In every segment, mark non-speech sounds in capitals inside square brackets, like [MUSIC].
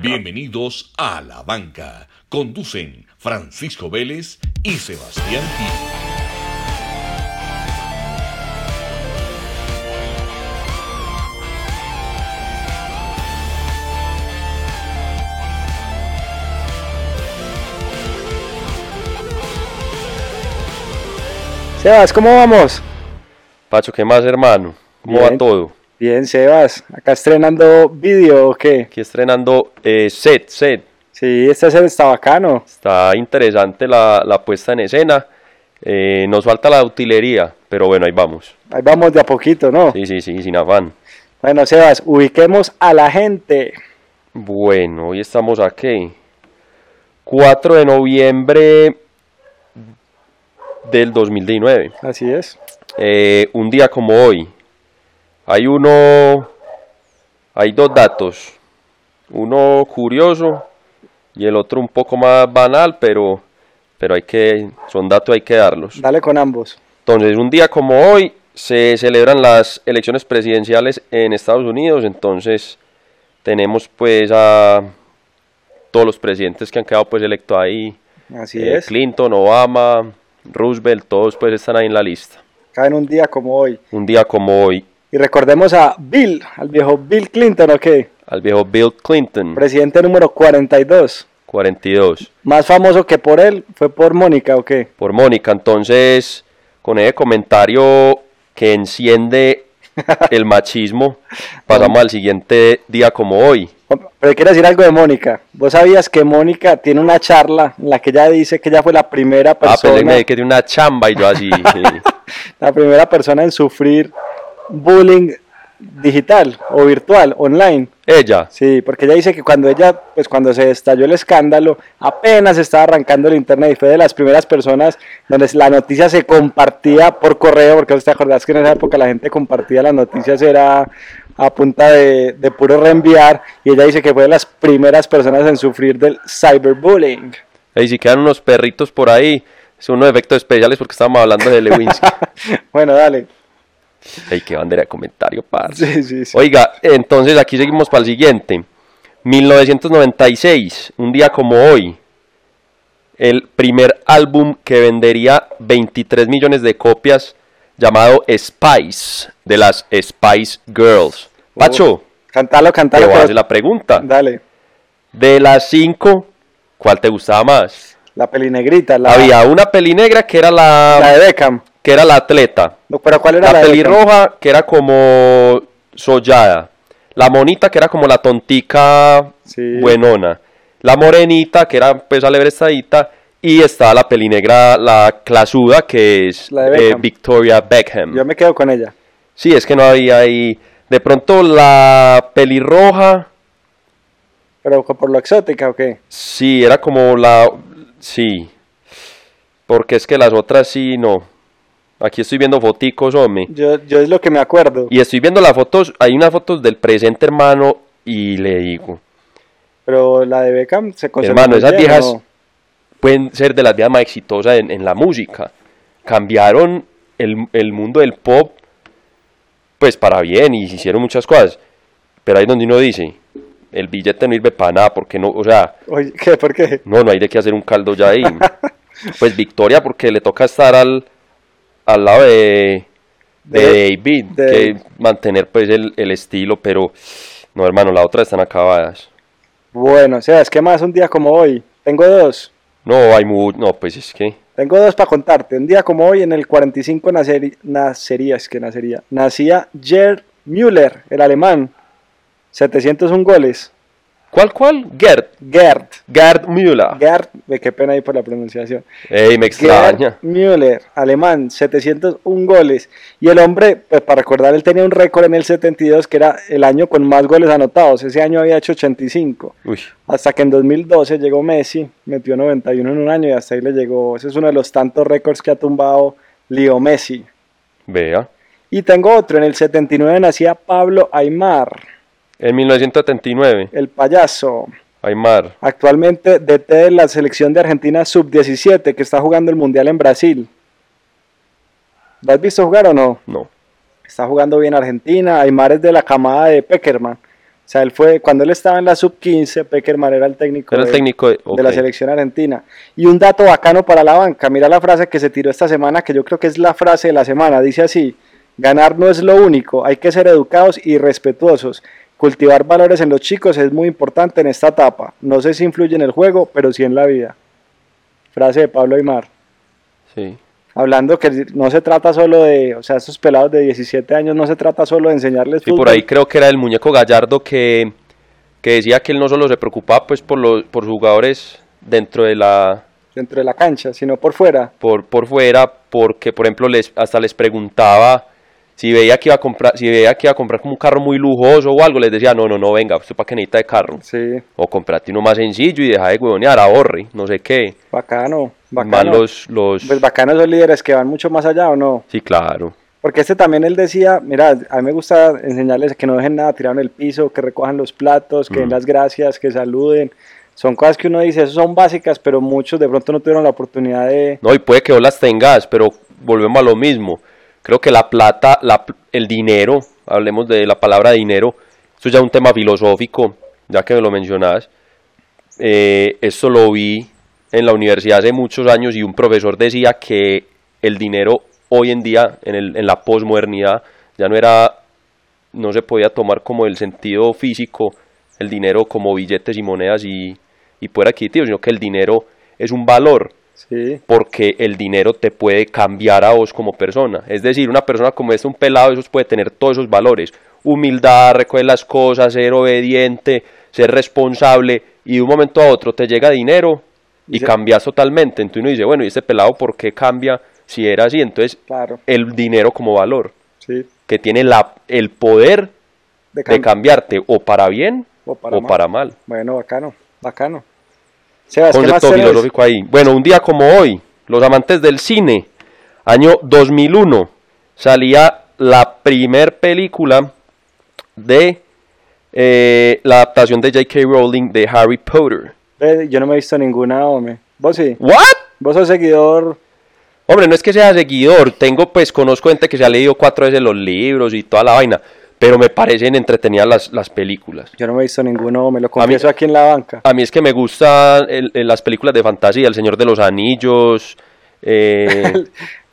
Bienvenidos a La Banca. Conducen Francisco Vélez y Sebastián Díaz. Sebas, ¿cómo vamos? Pacho, ¿qué más, hermano? ¿Cómo Bien. va todo? Bien, Sebas, acá estrenando vídeo o qué. Aquí estrenando eh, set, set. Sí, este set está bacano. Está interesante la, la puesta en escena. Eh, nos falta la utilería, pero bueno, ahí vamos. Ahí vamos de a poquito, ¿no? Sí, sí, sí, sin afán. Bueno, Sebas, ubiquemos a la gente. Bueno, hoy estamos aquí. 4 de noviembre del 2019. Así es. Eh, un día como hoy. Hay uno, hay dos datos. Uno curioso y el otro un poco más banal, pero, pero hay que, son datos, hay que darlos. Dale con ambos. Entonces, un día como hoy se celebran las elecciones presidenciales en Estados Unidos, entonces tenemos pues a todos los presidentes que han quedado pues electos ahí, Así eh, es. Clinton, Obama, Roosevelt, todos pues están ahí en la lista. Acá en un día como hoy. Un día como hoy, Y recordemos a Bill, al viejo Bill Clinton, ¿ok? al viejo Bill Clinton, Presidente número 42. 42, Más famoso que por él fue por Mónica, ¿ok? por Mónica. Entonces, con ese comentario que [LAUGHS] enciende el machismo, pasamos al siguiente día como hoy. Pero quiero decir algo de Mónica. ¿Vos sabías que Mónica tiene una charla en la que ella dice que ella fue la primera Ah, persona... pensé que me dije que tiene una chamba y yo así. [LAUGHS] sí. la primera persona en sufrir bullying digital o virtual, online. Ella. Sí, porque ella dice que cuando ella, pues cuando se estalló el escándalo, apenas estaba arrancando el internet y fue de las primeras personas donde la noticia se compartía por correo, porque vos te acordás que en esa época la gente compartía las noticias, era a punta de, de puro reenviar, y ella dice que fue de las primeras personas en sufrir del cyberbullying. [LAUGHS] Ahí sí quedan unos perritos por ahí. Son unos efectos especiales porque estábamos hablando de [LAUGHS] Lewinsky. bueno, dale. Ay, qué bandera de comentario, parce. Sí, sí, sí. Oiga, entonces aquí seguimos para el siguiente. 1996, un día como hoy, el primer álbum que vendería 23 millones de copias llamado Spice, de las Spice Girls. Pacho, Cantalo, te cantalo. voy a pero- hacer la pregunta. Dale. De las cinco, ¿cuál te gustaba más? La pelinegrita, la, Había una peli negra que era la, la de Beckham. que era la atleta, No, pero ¿cuál era la, la, de Beckham? pelirroja que era como sollada, la monita que era como la tontica Sí. buenona, la morenita que era pues alebrestadita y está la peli negra, la clasuda que es La de eh, Beckham. Victoria Beckham. Yo me quedo con ella. Sí, es que no había ahí. De pronto la pelirroja, Pero por lo exótica, ¿o qué? sí, era como la... Sí, porque es que las otras sí, no. Aquí estoy viendo foticos, hombre. Yo, yo es lo que me acuerdo. Y estoy viendo las fotos, hay unas fotos del presente, hermano, y le digo, Pero la de Beckham se conserva hermano, muy esas bien, viejas ¿no? pueden ser de las viejas más exitosas en, en la música. Cambiaron el, el mundo del pop, pues para bien, y hicieron muchas cosas. Pero ahí es donde uno dice, el billete no sirve para nada, porque no, o sea, Oye, ¿qué? ¿Por qué? no, no hay de qué hacer un caldo [LAUGHS] ya ahí. Pues Victoria, porque le toca estar al, al lado de, de De- David, de- que mantener pues el, el estilo, pero no, hermano, la otra están acabadas. Bueno, Sebas, ¿qué más un día como hoy? Tengo dos. No, hay mucho, no, pues es que Tengo dos para contarte. Un día como hoy, en el 45, nacería, nacería es que nacería. Nacía Gerd Müller, el alemán. 701 goles. ¿Cuál, cuál? Gerd, Gerd. Gerd Müller. Gerd, de qué pena ahí por la pronunciación. Ey, Gerd me extraña. Müller, alemán, 701 goles. Y el hombre, pues para recordar, él tenía un récord en el 72, que era el año con más goles anotados. Ese año había hecho 85. Uy, Hasta que en 2012 llegó Messi, metió 91 en un año y hasta ahí le llegó. Ese es uno de los tantos récords que ha tumbado Leo Messi. vea. Y tengo otro, en el 79 nacía Pablo Aymar, En 1979, el payaso. Aymar. Actualmente DT de la selección de Argentina sub-17 que está jugando el Mundial en Brasil. ¿Lo has visto jugar o no? No, Está jugando bien Argentina. Aymar es de la camada de Peckerman. sea, él fue, cuando él estaba en la sub-15, Peckerman era el técnico, Era el de- técnico de- de la ok. selección argentina. Y un dato bacano para la banca, mira la frase que se tiró esta semana, que yo creo que es la frase de la semana, dice así, ganar no es lo único, hay que ser educados y respetuosos. Cultivar valores en los chicos es muy importante en esta etapa. No sé si influye en el juego, pero sí en la vida. Frase de Pablo Aymar. Sí. Hablando que no se trata solo de, o sea, estos pelados de 17 años no se trata solo de enseñarles Sí, fútbol. por ahí creo que era el muñeco Gallardo que, que decía que él no solo se preocupaba pues por los por sus jugadores dentro de la dentro de la cancha, sino por fuera. por, por fuera porque por ejemplo les hasta les preguntaba si veía que iba a comprar si veía que iba a comprar como un carro muy lujoso o algo les decía no no no venga usted para qué necesita de carro Sí, o comprate uno más sencillo y deja de huevonear ahorre no sé qué bacano, más bacano. los los Pues bacano esos líderes que van mucho más allá o no. sí claro Porque este también él decía, mira, a mí me gusta enseñarles que no dejen nada tirado en el piso, que recojan los platos, que den Mm. las gracias, que saluden. Son cosas que uno dice, eso son básicas, pero muchos de pronto no tuvieron la oportunidad de... No, y puede que vos las tengas, pero volvemos a lo mismo. Creo que la plata, la pl- el dinero, hablemos de la palabra dinero, eso ya es un tema filosófico, ya que me lo mencionabas. Eh, esto lo vi en la universidad hace muchos años y un profesor decía que el dinero hoy en día, en, el- en la posmodernidad, ya no era, no se podía tomar como el sentido físico, el dinero como billetes y monedas y, y poder adquisitivo, sino que el dinero es un valor Sí, porque el dinero te puede cambiar a vos como persona. Es decir, una persona como esta, un pelado, esos puede tener todos esos valores. Humildad, recoger las cosas, ser obediente, ser responsable, y de un momento a otro te llega dinero y Ya. cambias totalmente. Entonces uno dice, bueno, ¿y este pelado por qué cambia si era así? Entonces, claro, el dinero como valor, sí. que tiene la, el poder De de cambio. cambiarte o para bien O o para para, mal. mal. Bueno, bacano, bacano. Sebas, ¿qué más concepto tenés? filosófico ahí. Bueno, un día como hoy, los amantes del cine, año 2001, salía la primer película de eh, la adaptación de J.K. Rowling de Harry Potter. Eh, Yo no me he visto ninguna, hombre. Vos sí, ¿What? vos sos seguidor... Hombre, no es que sea seguidor, tengo pues, conozco gente que se ha leído cuatro veces los libros y toda la vaina, pero me parecen entretenidas las, las películas. Yo no me he visto ninguno, me lo confieso aquí en la banca. A mí es que me gustan el- el- las películas de fantasía, El Señor de los Anillos, eh,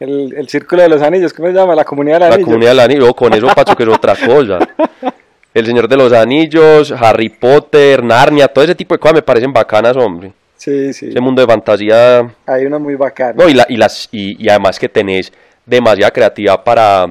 El, el Círculo de los Anillos, ¿cómo se llama? La Comunidad del La Anillo. comunidad del anillo, con eso Pacho que es otra cosa. El Señor de los Anillos, Harry Potter, Narnia, todo ese tipo de cosas me parecen bacanas, hombre. Sí, sí. Ese mundo de fantasía. Hay uno muy bacano. No, y, la- y las, y, y además que tenés demasiada creatividad para,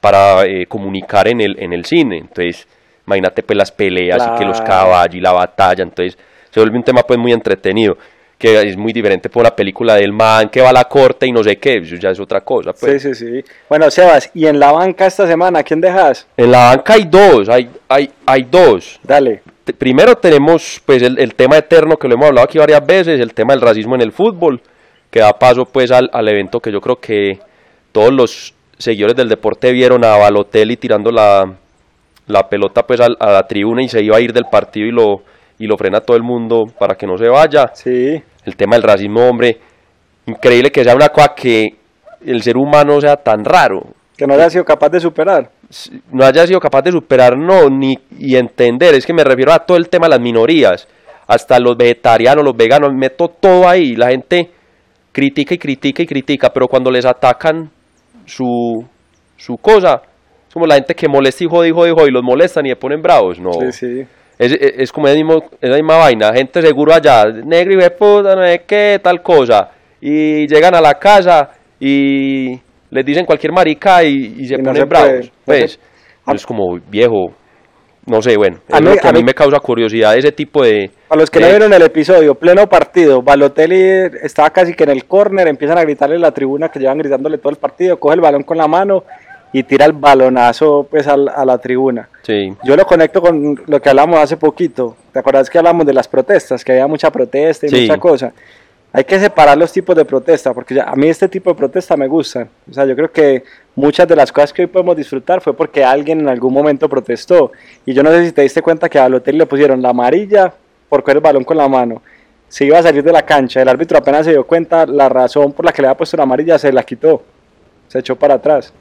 para eh, comunicar en el, en el cine. Entonces, imagínate pues las peleas y que los Claro. caballos y la batalla. Entonces, se vuelve un tema pues muy entretenido. Que es muy diferente por la película del man que va a la corte y no sé qué. Eso ya es otra cosa. Pues. Sí, sí, sí. Bueno, Sebas, y en la banca esta semana, ¿quién dejas? En la banca hay dos, hay, hay, hay dos. Dale. Te- Primero tenemos pues el, el tema eterno que lo hemos hablado aquí varias veces, el tema del racismo en el fútbol, que da paso pues al, al evento que yo creo que todos los seguidores del deporte vieron a Balotelli tirando la, la pelota pues al- a la tribuna y se iba a ir del partido y lo, y lo frena todo el mundo para que no se vaya Sí, el tema del racismo, hombre, increíble que sea una cosa que el ser humano sea tan raro, que no haya sido capaz de superar. s- no haya sido capaz de superar, no, ni y entender, es que me refiero a todo el tema de las minorías, hasta los vegetarianos, los veganos, meto todo ahí, la gente critica y critica y critica, pero cuando les atacan su, su cosa, es como la gente que molesta y jode y jode y jode y los molestan y le ponen bravos, no. Sí, sí. Es, es- es como el mismo, es la misma vaina, gente seguro allá, negro y ve puta, no sé qué, tal cosa. Y llegan a la casa y les dicen cualquier marica y, y se Y no ponen se bravos. puede, no pues, se- pues es como viejo, no sé, bueno, A es mí- lo que a a mí mí- me causa curiosidad ese tipo de... A los que no de- vieron el episodio, pleno partido, Balotelli estaba casi que en el córner, empiezan a gritarle en la tribuna que llevan gritándole todo el partido, coge el balón con la mano y tira el balonazo pues al- a la tribuna. Sí, Yo lo conecto con lo que hablamos hace poquito. ¿Te acordás que hablamos de las protestas? Que había mucha protesta y Sí. mucha cosa. Hay que separar los tipos de protesta, porque ya- a mí este tipo de protesta me gustan. O sea, yo creo que muchas de las cosas que hoy podemos disfrutar fue porque alguien en algún momento protestó. Y yo no sé si te diste cuenta que a Balotelli le pusieron la amarilla por coger el balón con la mano. Se iba a salir de la cancha. El árbitro apenas se dio cuenta la razón por la que le había puesto la amarilla, se la quitó. Se echó para atrás.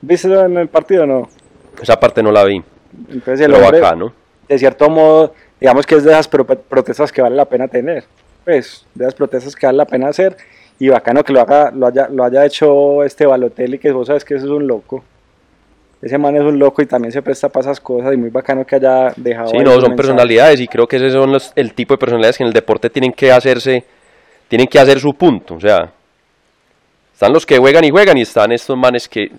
¿Viste eso en el partido o no? esa parte no la vi. Entonces el Pero hombre, bacano. de cierto modo, digamos que es de esas pro- protestas que vale la pena tener, pues, de esas protestas que vale la pena hacer, y bacano que lo, haga, lo, haya, lo haya hecho este Balotelli, que vos sabes que eso es un loco. Ese man es un loco y también se presta para esas cosas, y muy bacano que haya dejado. Sí, ahí no, ese son Ah, mensaje. personalidades y creo que ese son los- el tipo de personalidades que en el deporte tienen que hacerse, tienen que hacer su punto. O sea, están los que juegan y juegan y están estos manes que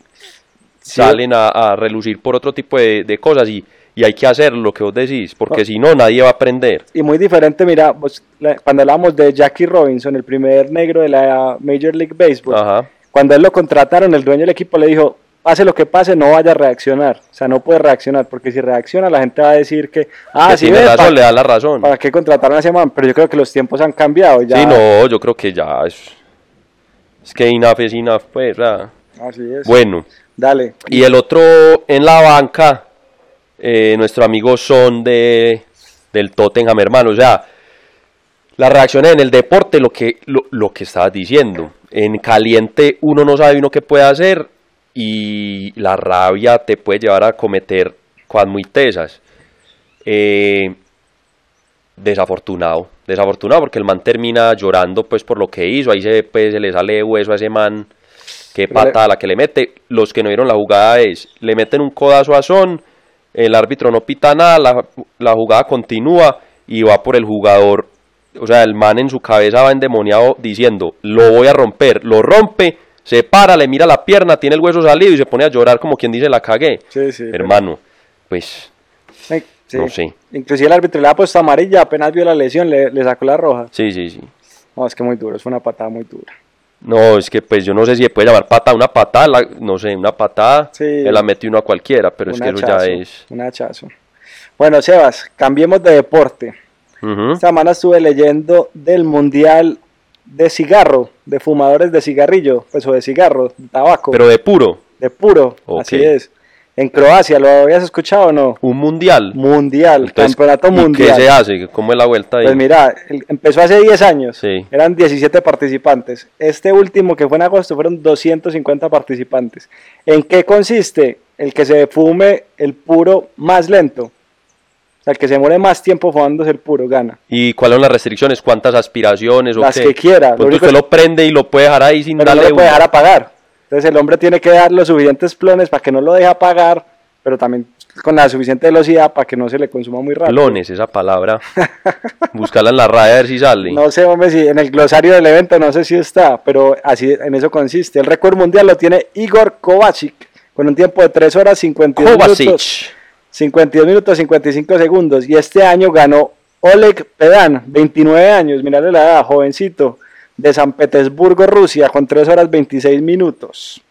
salen a, a relucir por otro tipo de, de cosas y, y hay que hacer lo que vos decís, porque Ah. si no nadie va a aprender. Y muy diferente, mira, vos- la- cuando hablábamos de Jackie Robinson, el primer negro de la Major League Baseball, Ajá. cuando él lo contrataron, el dueño del equipo le dijo, pase lo que pase, no vaya a reaccionar. O sea, no puede reaccionar, porque si reacciona la gente va a decir que, ah, que sí, tiene ve, razón, pa- le da la razón. ¿para qué contrataron a ese man? Pero yo creo que los tiempos han cambiado. Ya, Sí, no, yo creo que ya es, es que enough es enough, pues. o sea, Así es. Bueno. Dale. Y el otro en la banca, eh, nuestro amigo Son de, del Tottenham, hermano. O sea, las reacciones en el deporte, lo que, lo, lo que estabas diciendo. En caliente uno no sabe uno qué puede hacer y la rabia te puede llevar a cometer cosas muy tesas. Eh, desafortunado, desafortunado porque el man termina llorando pues por lo que hizo, ahí se, pues, se le sale hueso a ese man, Pero qué le- patada la que le mete, los que no vieron la jugada es, le meten un codazo a Son, el árbitro no pita nada, la, la jugada continúa y va por el jugador, o sea, el man en su cabeza va endemoniado diciendo, lo voy a romper, lo rompe, se para, le mira la pierna, tiene el hueso salido y se pone a llorar como quien dice la cagué, Sí, sí. hermano, pues Ay, sí. no sé. Inclusive el árbitro le ha puesto amarilla, apenas vio la lesión, le, le sacó la roja. sí, sí, sí. No, es que muy duro, es una patada muy dura. No, es que pues yo no sé si se puede llamar patada, una patada, la- no sé, una patada, Sí. que la mete uno a cualquiera, pero es un que eso hachazo, ya es. Un hachazo. Bueno, Sebas, cambiemos de deporte. Ujú. Esta semana estuve leyendo del mundial de cigarro, de fumadores de cigarrillo, pues o de cigarro, de tabaco, Pero de puro, de puro, Ok. así es. En Croacia, ¿lo habías escuchado o no? un mundial. Mundial, Entonces, campeonato ¿y mundial. ¿Qué se hace? ¿Cómo es la vuelta ahí? Pues mira, el- empezó hace 10 años, Sí. eran 17 participantes. Este último que fue en agosto fueron 250 participantes. ¿En qué consiste el que se fume el puro más lento? O sea, el que se muere más tiempo fumándose el puro gana. ¿Y cuáles son las restricciones? ¿Cuántas aspiraciones? o Las qué? que quiera, lo Pues único usted es- lo prende y lo puede dejar ahí sin pero no darle lo puede una. dejar apagar. Entonces el hombre tiene que dar los suficientes plones para que no lo deje apagar, pero también con la suficiente velocidad para que no se le consuma muy rápido. Clones, [LAUGHS] esa palabra. Buscarla en la raya a ver si sale. No sé, hombre, si en el glosario del evento no sé si está, pero así en eso consiste. El récord mundial lo tiene Igor Kovacic con un tiempo de 3 horas 52 minutos, Kovacic. 52 minutos 55 segundos y este año ganó Oleg Pedan, 29 años, mirarle la edad, jovencito, de San Petersburgo, Rusia, con 3 horas 26 minutos.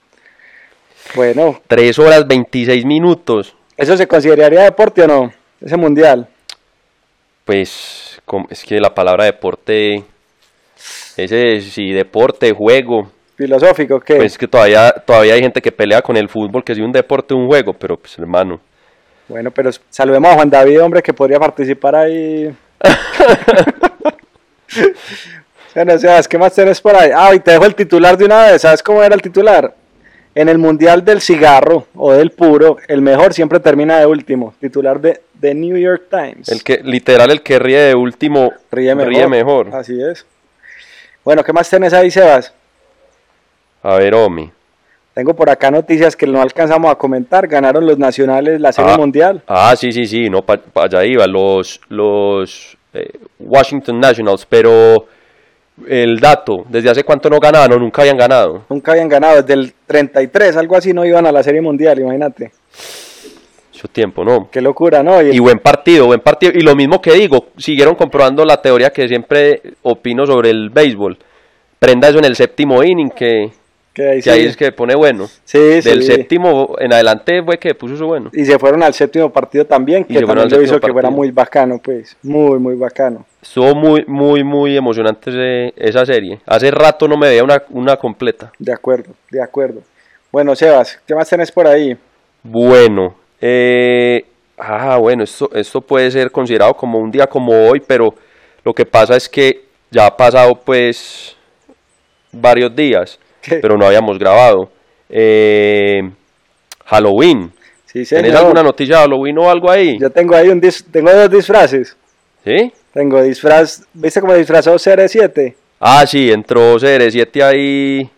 Bueno, 3 horas 26 minutos. ¿Eso se consideraría deporte o no? Ese mundial. Pues com- es que la palabra deporte, ese sí, deporte, juego, Filosófico, ¿qué? pues es que todavía, todavía hay gente que pelea con el fútbol, que es un deporte, un juego, pero pues hermano, bueno, pero saludemos a Juan David, hombre, que podría participar [LAUGHS] ahí. bueno, Sebas, ¿qué más tenés por ahí? Ah, y te dejo el titular de una vez. ¿Sabes cómo era el titular? En el mundial del cigarro o del puro, el mejor siempre termina de último. Titular de The New York Times. el que, literal, el que ríe de último ríe mejor. Ah. mejor. Así es. Bueno, ¿qué más tenés ahí, Sebas? A ver, Omi. Tengo por acá noticias que no alcanzamos a comentar. Ganaron los nacionales la serie Ah, mundial. Ah, sí, sí, sí, no, para allá iba, los, los eh, Washington Nationals, pero el dato, ¿desde hace cuánto no ganaban o nunca habían ganado? Nunca habían ganado. Desde el 33, algo así, no iban a la serie mundial, imagínate. Mucho tiempo, ¿no? Qué locura, ¿no? Y, Y buen partido, buen partido. Y lo mismo que digo, siguieron comprobando la teoría que siempre opino sobre el béisbol. Prenda eso en el séptimo inning, que, que ahí que sí. ahí es que pone bueno. Sí, Del sí. séptimo en adelante fue que puso eso bueno. Y se fueron al séptimo partido también, que se fueron también al lo hizo séptimo que fuera partido. muy bacano, pues. Muy, muy bacano. Estuvo muy, muy, muy emocionante ese- esa serie. Hace rato no me veía una, una completa. De acuerdo, de acuerdo. Bueno, Sebas, ¿qué más tenés por ahí? Bueno, eh, ah, bueno, esto, esto puede ser considerado como un día como hoy, pero lo que pasa es que ya ha pasado pues varios días, ¿Qué? pero no habíamos grabado. Eh, Halloween, Sí, ¿Tenés señor. alguna noticia de Halloween o algo ahí? Yo tengo ahí un dis- tengo dos disfraces. ¿Sí? Tengo disfraz, ¿viste cómo disfrazó CR7? Ah, sí, entró CR7 ahí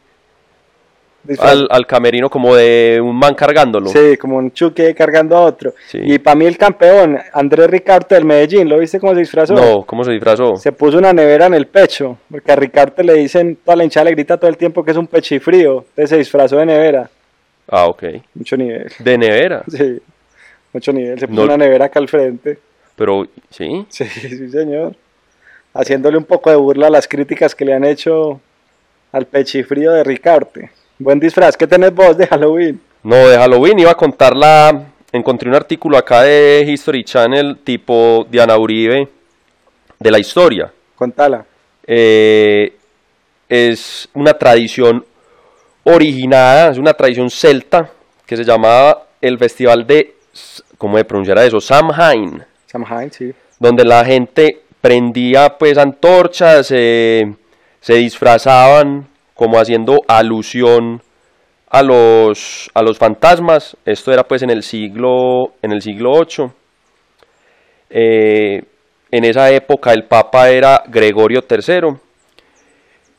Disfraz- al, al camerino como de un man cargándolo. Sí, como un chuque cargando a otro. Sí. Y para mí el campeón, Andrés Ricardo del Medellín, ¿lo viste cómo se disfrazó? No, ¿cómo se disfrazó? Se puso una nevera en el pecho, porque a Ricardo le dicen, toda la hinchada le grita todo el tiempo que es un pechifrío, entonces se disfrazó de nevera. Ah, ok. Mucho nivel, [LAUGHS] De nevera. sí, mucho nivel. Se puso No- una nevera acá al frente. Pero, ¿sí? Sí, sí, señor. Haciéndole un poco de burla a las críticas que le han hecho al pechifrío de Ricarte. Buen disfraz, ¿qué tenés vos de Halloween? No, de Halloween iba a contar la... Encontré un artículo acá de History Channel tipo Diana Uribe de la historia. Contala. Eh, es una tradición originada, es una tradición celta que se llamaba el festival de, ¿cómo se pronunciará eso? Samhain, Samhain, sí. donde la gente prendía pues antorchas, eh, se disfrazaban como haciendo alusión a los, a los fantasmas. Esto era pues en el siglo, en el siglo VIII. Eh, en esa época el Papa era Gregorio III.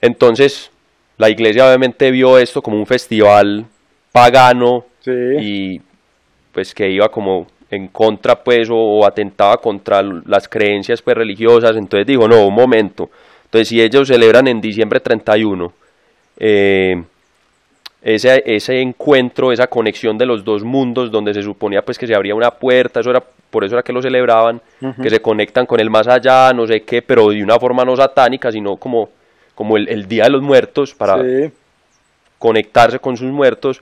Entonces la iglesia obviamente vio esto como un festival pagano Sí. y pues que iba como en contra pues o, o atentaba contra l- las creencias pues religiosas. Entonces dijo, no, un momento. Entonces si ellos celebran en diciembre 31 eh, ese, ese encuentro, esa conexión de los dos mundos, donde se suponía pues que se abría una puerta, eso era, por eso era que lo celebraban, que se conectan con el más allá, no sé qué, pero de una forma no satánica, sino como, como el, el Día de los Muertos, para Sí. conectarse con sus muertos.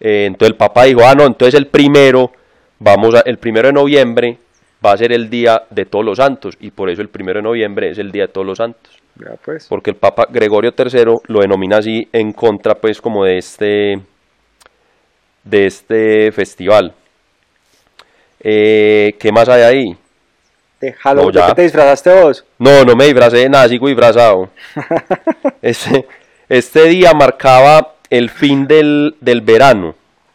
Eh, entonces el Papa dijo, ah, no, entonces el primero, vamos a- el primero de noviembre va a ser el Día de Todos los Santos, y por eso el primero de noviembre es el Día de Todos los Santos Ya pues. porque el Papa Gregorio III lo denomina así en contra pues como de este de este festival. Eh, ¿Qué más hay ahí? De Halloween, No, ya. ¿de qué te disfrazaste vos? No, no me disfracé de nada, sigo disfrazado. Este, este día marcaba el fin del, del verano,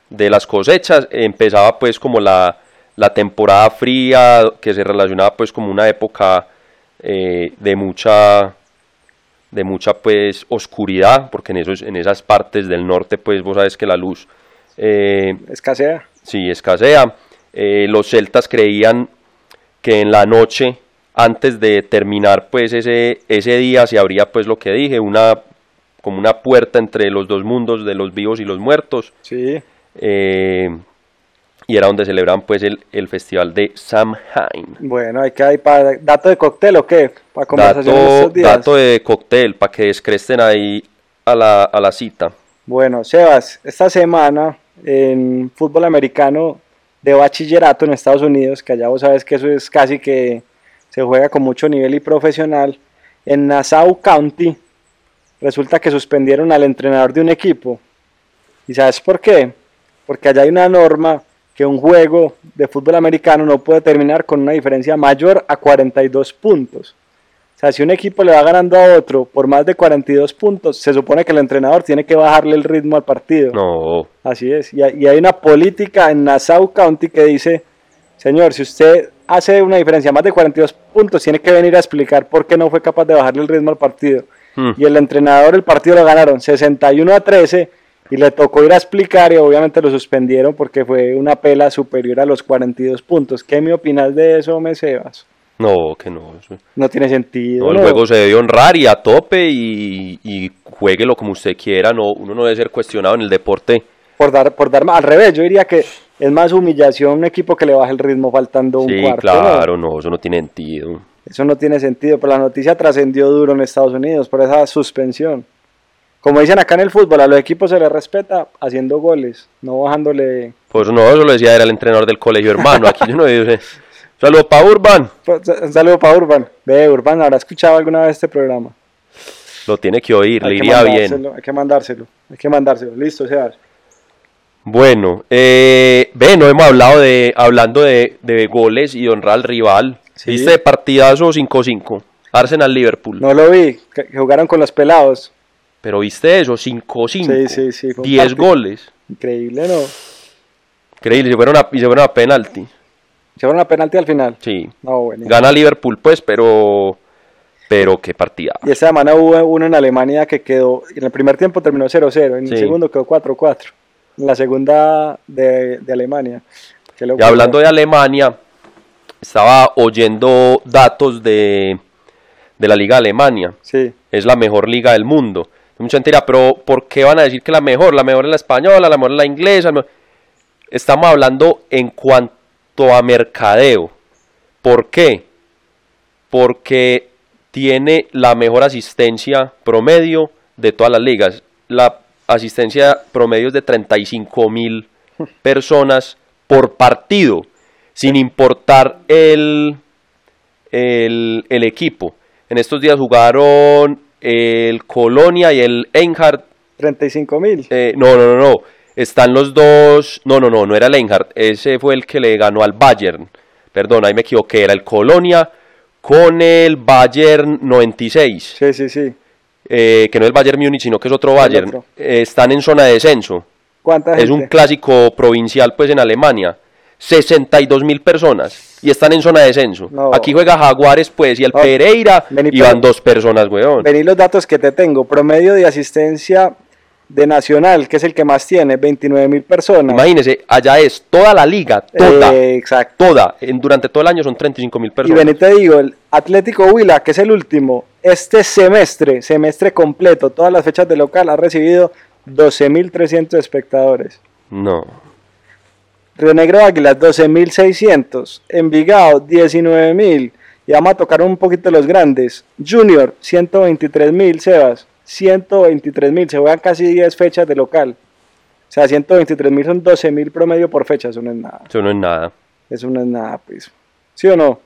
de las cosechas. Empezaba pues como la, la temporada fría, que se relacionaba pues como una época eh, de mucha de mucha pues oscuridad, porque en, esos, en esas partes del norte pues vos sabes que la luz eh, Escasea. Sí, escasea. Eh, los celtas creían que en la noche, antes de terminar pues ese, ese día, se abría pues lo que dije, una, como una puerta entre los dos mundos de los vivos y los muertos. Sí. eh, y era donde celebraban pues el, el festival de Samhain. Bueno, hay que hay para dato de cóctel o qué? Para conversación en Dato, estos días. dato de cóctel para que descresten ahí a la, a la cita. Bueno, Sebas, esta semana en fútbol americano de bachillerato en Estados Unidos, que allá vos sabes que eso es casi que se juega con mucho nivel y profesional, en Nassau County resulta que suspendieron al entrenador de un equipo. ¿Y sabes por qué? Porque allá hay una norma que un juego de fútbol americano no puede terminar con una diferencia mayor a 42 puntos. O sea, si un equipo le va ganando a otro por más de 42 puntos, se supone que el entrenador tiene que bajarle el ritmo al partido. No, Así es. Y hay y hay una política en Nassau County que dice, señor, si usted hace una diferencia más de 42 puntos, tiene que venir a explicar por qué no fue capaz de bajarle el ritmo al partido. Hmm. Y el entrenador, el partido lo ganaron 61 a 13 y le tocó ir a explicar y obviamente lo suspendieron porque fue una pela superior a los 42 puntos. ¿Qué me opinas de eso, Mesebas? no, que no. eso- No tiene sentido. No, el ¿no? juego se debe honrar y a tope y, y jueguelo como usted quiera. No, uno no debe ser cuestionado en el deporte. por dar por dar al revés yo diría que es más humillación un equipo que le baja el ritmo faltando un sí, cuarto ¿no? claro, no, eso no tiene sentido. eso no tiene sentido pero la noticia trascendió duro en Estados Unidos por esa suspensión como dicen acá en el fútbol a los equipos se les respeta haciendo goles no bajándole Pues no, eso lo decía era el entrenador del colegio hermano. Aquí yo no digo. [LAUGHS] Saludos para Urban. Pues, un saludo para Urban ve Urban habrá escuchado alguna vez este programa Lo tiene que oír, le hay que iría bien. mandárselo, hay que mandárselo hay que mandárselo listo Sebas Bueno, eh, ve, no hemos hablado de, hablando de, de goles y de honrar al rival. Sí. ¿Viste partidazo 5-5? Arsenal-Liverpool. no lo vi que, que jugaron con los pelados Pero viste eso, 5-5. Sí, sí, sí, fue un 10 partido. goles. increíble no Increíble, y se fueron a, y se fueron a penalti. Se fueron a penalti al final. Sí. No, bueno. Gana Liverpool, pues, pero. Pero qué partida. Y esta semana hubo uno en Alemania que quedó, en el primer tiempo terminó 0-0, en Sí. el segundo quedó 4-4, en la segunda de, de Alemania. Qué Y locura. hablando de Alemania, estaba oyendo datos de, de la Liga de Alemania. Sí, Es la mejor liga del mundo. Mucha gente dirá, pero ¿por qué van a decir que la mejor? La mejor es la española, la mejor es la inglesa. la mejor-". Estamos hablando en cuanto a mercadeo. ¿Por qué? Porque tiene la mejor asistencia promedio de todas las ligas. La asistencia promedio es de 35 mil personas por partido, sin importar el, el, el equipo. En estos días jugaron el Colonia y el Einhardt 35 mil. eh, no, no, no, no. Están los dos. No, no, no, no era el Einhardt. Ese fue el que le ganó al Bayern. Perdón, ahí me equivoqué. Era el Colonia con el Bayern 96. Sí, sí, sí. eh, que no es el Bayern Múnich, sino que es otro Bayern. otro. Eh, están en zona de descenso. ¿Cuánta Es gente? un clásico provincial, pues en Alemania. 62 mil personas y están en zona de descenso. No. Aquí juega Jaguares, pues, y el No. Pereira. Vení, y van pero- dos personas, weón. Vení los datos que te tengo. Promedio de asistencia de Nacional, que es el que más tiene, 29 mil personas. Imagínense, allá es toda la liga, toda. Eh, exacto. Toda, en- durante todo el año son 35 mil Y personas. ven y te digo, el Atlético Huila, que es el último, este semestre, semestre completo, todas las fechas de local, ha recibido 12.300 espectadores. No. Río Negro Águilas, 12.600. Envigado, 19.000. Y vamos a tocar un poquito los grandes. Junior, 123.000, Sebas. 123.000, se juegan casi 10 fechas de local. O sea, 123.000 son 12.000 promedio por fecha, eso no es nada. Eso no es nada. Eso no es nada, pues. ¿Sí o no?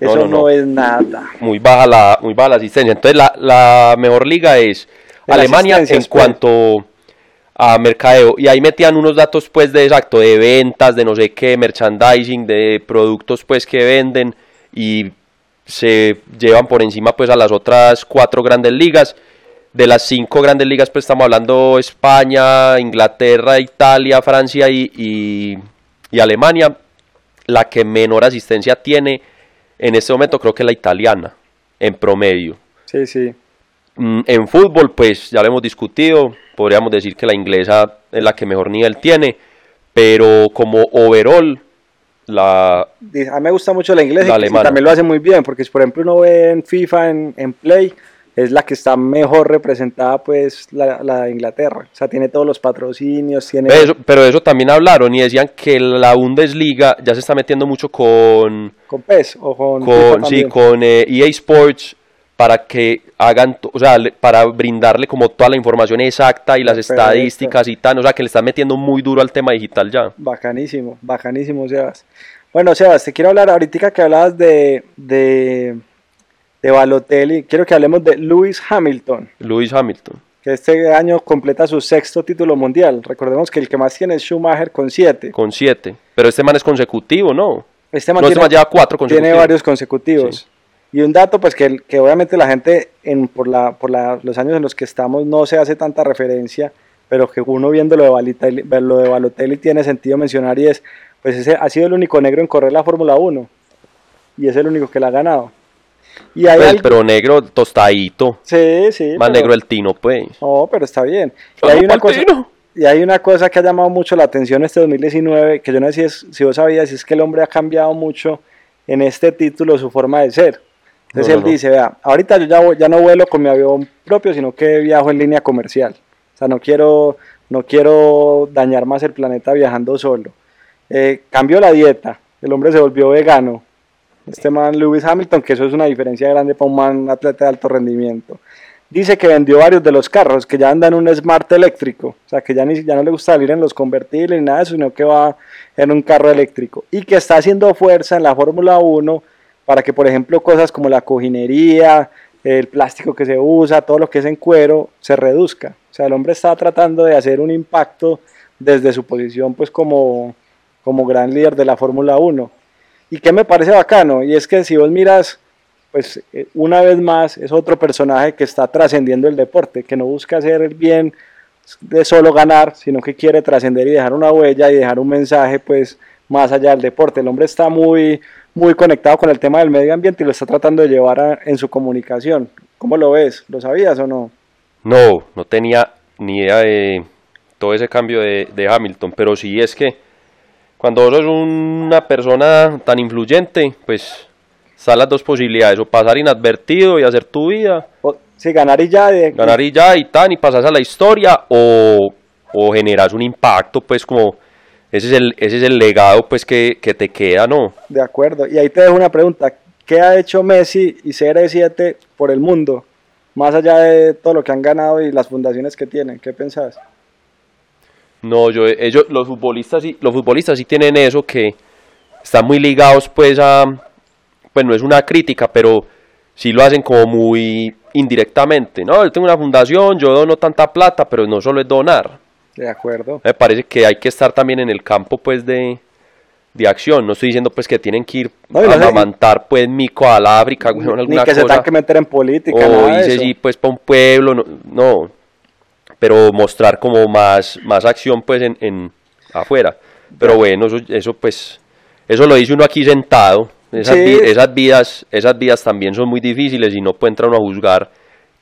No, Eso no, no. no es nada. Muy baja la, muy baja la asistencia. Entonces, la, la mejor liga es En Alemania en asistencias, pues. cuanto a mercadeo. Y ahí metían unos datos, pues, de exacto, de ventas, de no sé qué, merchandising, de productos, pues, que venden y se llevan por encima, pues, a las otras cuatro grandes ligas. De las cinco grandes ligas, pues, estamos hablando España, Inglaterra, Italia, Francia y- y, y Alemania. la que menor asistencia tiene en este momento creo que es la italiana, en promedio. Sí, sí. Mm, En fútbol, pues ya lo hemos discutido, podríamos decir que la inglesa es la que mejor nivel tiene, pero como overall, la... Di- A mí me gusta mucho la inglesa La y que- y alemana. también lo hace muy bien, porque si, por ejemplo uno ve en FIFA, en, en Play, es la que está mejor representada, pues la, la de Inglaterra. O sea, tiene todos los patrocinios, tiene... Eso- pero eso también hablaron y decían que la Bundesliga ya se está metiendo mucho con, Con E PES o con... FIFA con, sí, también. con eh, EA Sports para que hagan, to- o sea, le- para brindarle como toda la información exacta y las Perfecto. estadísticas y tal, o sea, que le están metiendo muy duro al tema digital ya. Bacanísimo, bacanísimo, Sebas. Bueno, Sebas, te quiero hablar ahorita que hablabas de, de, de Balotelli, quiero que hablemos de Lewis Hamilton, Lewis Hamilton. que este año completa su sexto título mundial. Recordemos que el que más tiene es Schumacher con siete. Con 7. Pero este man es consecutivo, ¿no? Este No, man este tiene- man lleva 4 consecutivos. tiene varios consecutivos. Sí. Y un dato, pues que, que obviamente la gente, en, por, la, por la- los años en los que estamos, no se hace tanta referencia, pero que uno viendo lo de, Balotelli, lo de Balotelli tiene sentido mencionar y es, pues ese ha sido el único negro en correr la Fórmula 1 y es el único que la ha ganado. Y hay Pues, algo- Pero negro, tostadito. sí, sí, Más pero- negro el tino, pues. No, pero está bien. Y Vamos hay, una pa'l cosa, Tino. y hay una cosa que ha llamado mucho la atención este 2019, que yo no sé si, es- si vos sabías, es que el hombre ha cambiado mucho en este título su forma de ser. Entonces No, él no, no. dice, vea, ahorita yo ya, voy- ya no vuelo con mi avión propio, sino que viajo en línea comercial. O sea, no quiero, no quiero dañar más el planeta viajando solo. Eh, cambió la dieta, el hombre se volvió vegano. Este man Lewis Hamilton, que eso es una diferencia grande para un man atleta de alto rendimiento. Dice que vendió varios de los carros, que ya andan en un smart eléctrico, o sea, que ya, ni, ya no le gusta salir en los convertibles ni nada de eso, sino que va en un carro eléctrico. Y que está haciendo fuerza en la Fórmula 1 para que, por ejemplo, cosas como la cojinería, el plástico que se usa, todo lo que es en cuero, se reduzca. O sea, el hombre está tratando de hacer un impacto desde su posición, pues, como, como gran líder de la Fórmula 1. Y que me parece bacano, y es que si vos miras, pues eh, una vez más es otro personaje que está trascendiendo el deporte, que no busca hacer el bien de solo ganar, sino que quiere trascender y dejar una huella y dejar un mensaje pues más allá del deporte. El hombre está muy, muy conectado con el tema del medio ambiente y lo está tratando de llevar a- en su comunicación. ¿Cómo lo ves? ¿Lo sabías o no? No, no tenía ni idea de todo ese cambio de, de Hamilton, pero sí es que cuando vos sos una persona tan influyente, pues están las dos posibilidades, o pasar inadvertido y hacer tu vida, O, sí, ganar y ya. De, ganar y ya y tan y pasas a la historia, o, o generas un impacto, pues como ese es el, ese es el legado pues que, que te queda, ¿no? De acuerdo. Y ahí te dejo una pregunta. ¿Qué ha hecho Messi y CR7 por el mundo? Más allá de todo lo que han ganado y las fundaciones que tienen. ¿Qué pensás? No, yo, ellos, los futbolistas sí, los futbolistas sí tienen eso que están muy ligados pues a, pues no es una crítica, pero sí lo hacen como muy indirectamente, ¿no? Yo tengo una fundación, yo dono tanta plata, pero no solo es donar. De acuerdo. Me parece que hay que estar también en el campo pues de, de acción. No estoy diciendo pues que tienen que ir No, y a no sé- amamantar pues mico al África, weón, Ni alguna que se cosa. tengan que meter en política. O nada de hice eso. sí, pues para un pueblo, no, no. Pero mostrar como más, más acción pues en, en afuera. Pero bueno, eso, eso pues, eso lo dice uno aquí sentado. Esas, Sí. vi- esas vidas, esas vidas también son muy difíciles y no puede entrar uno a juzgar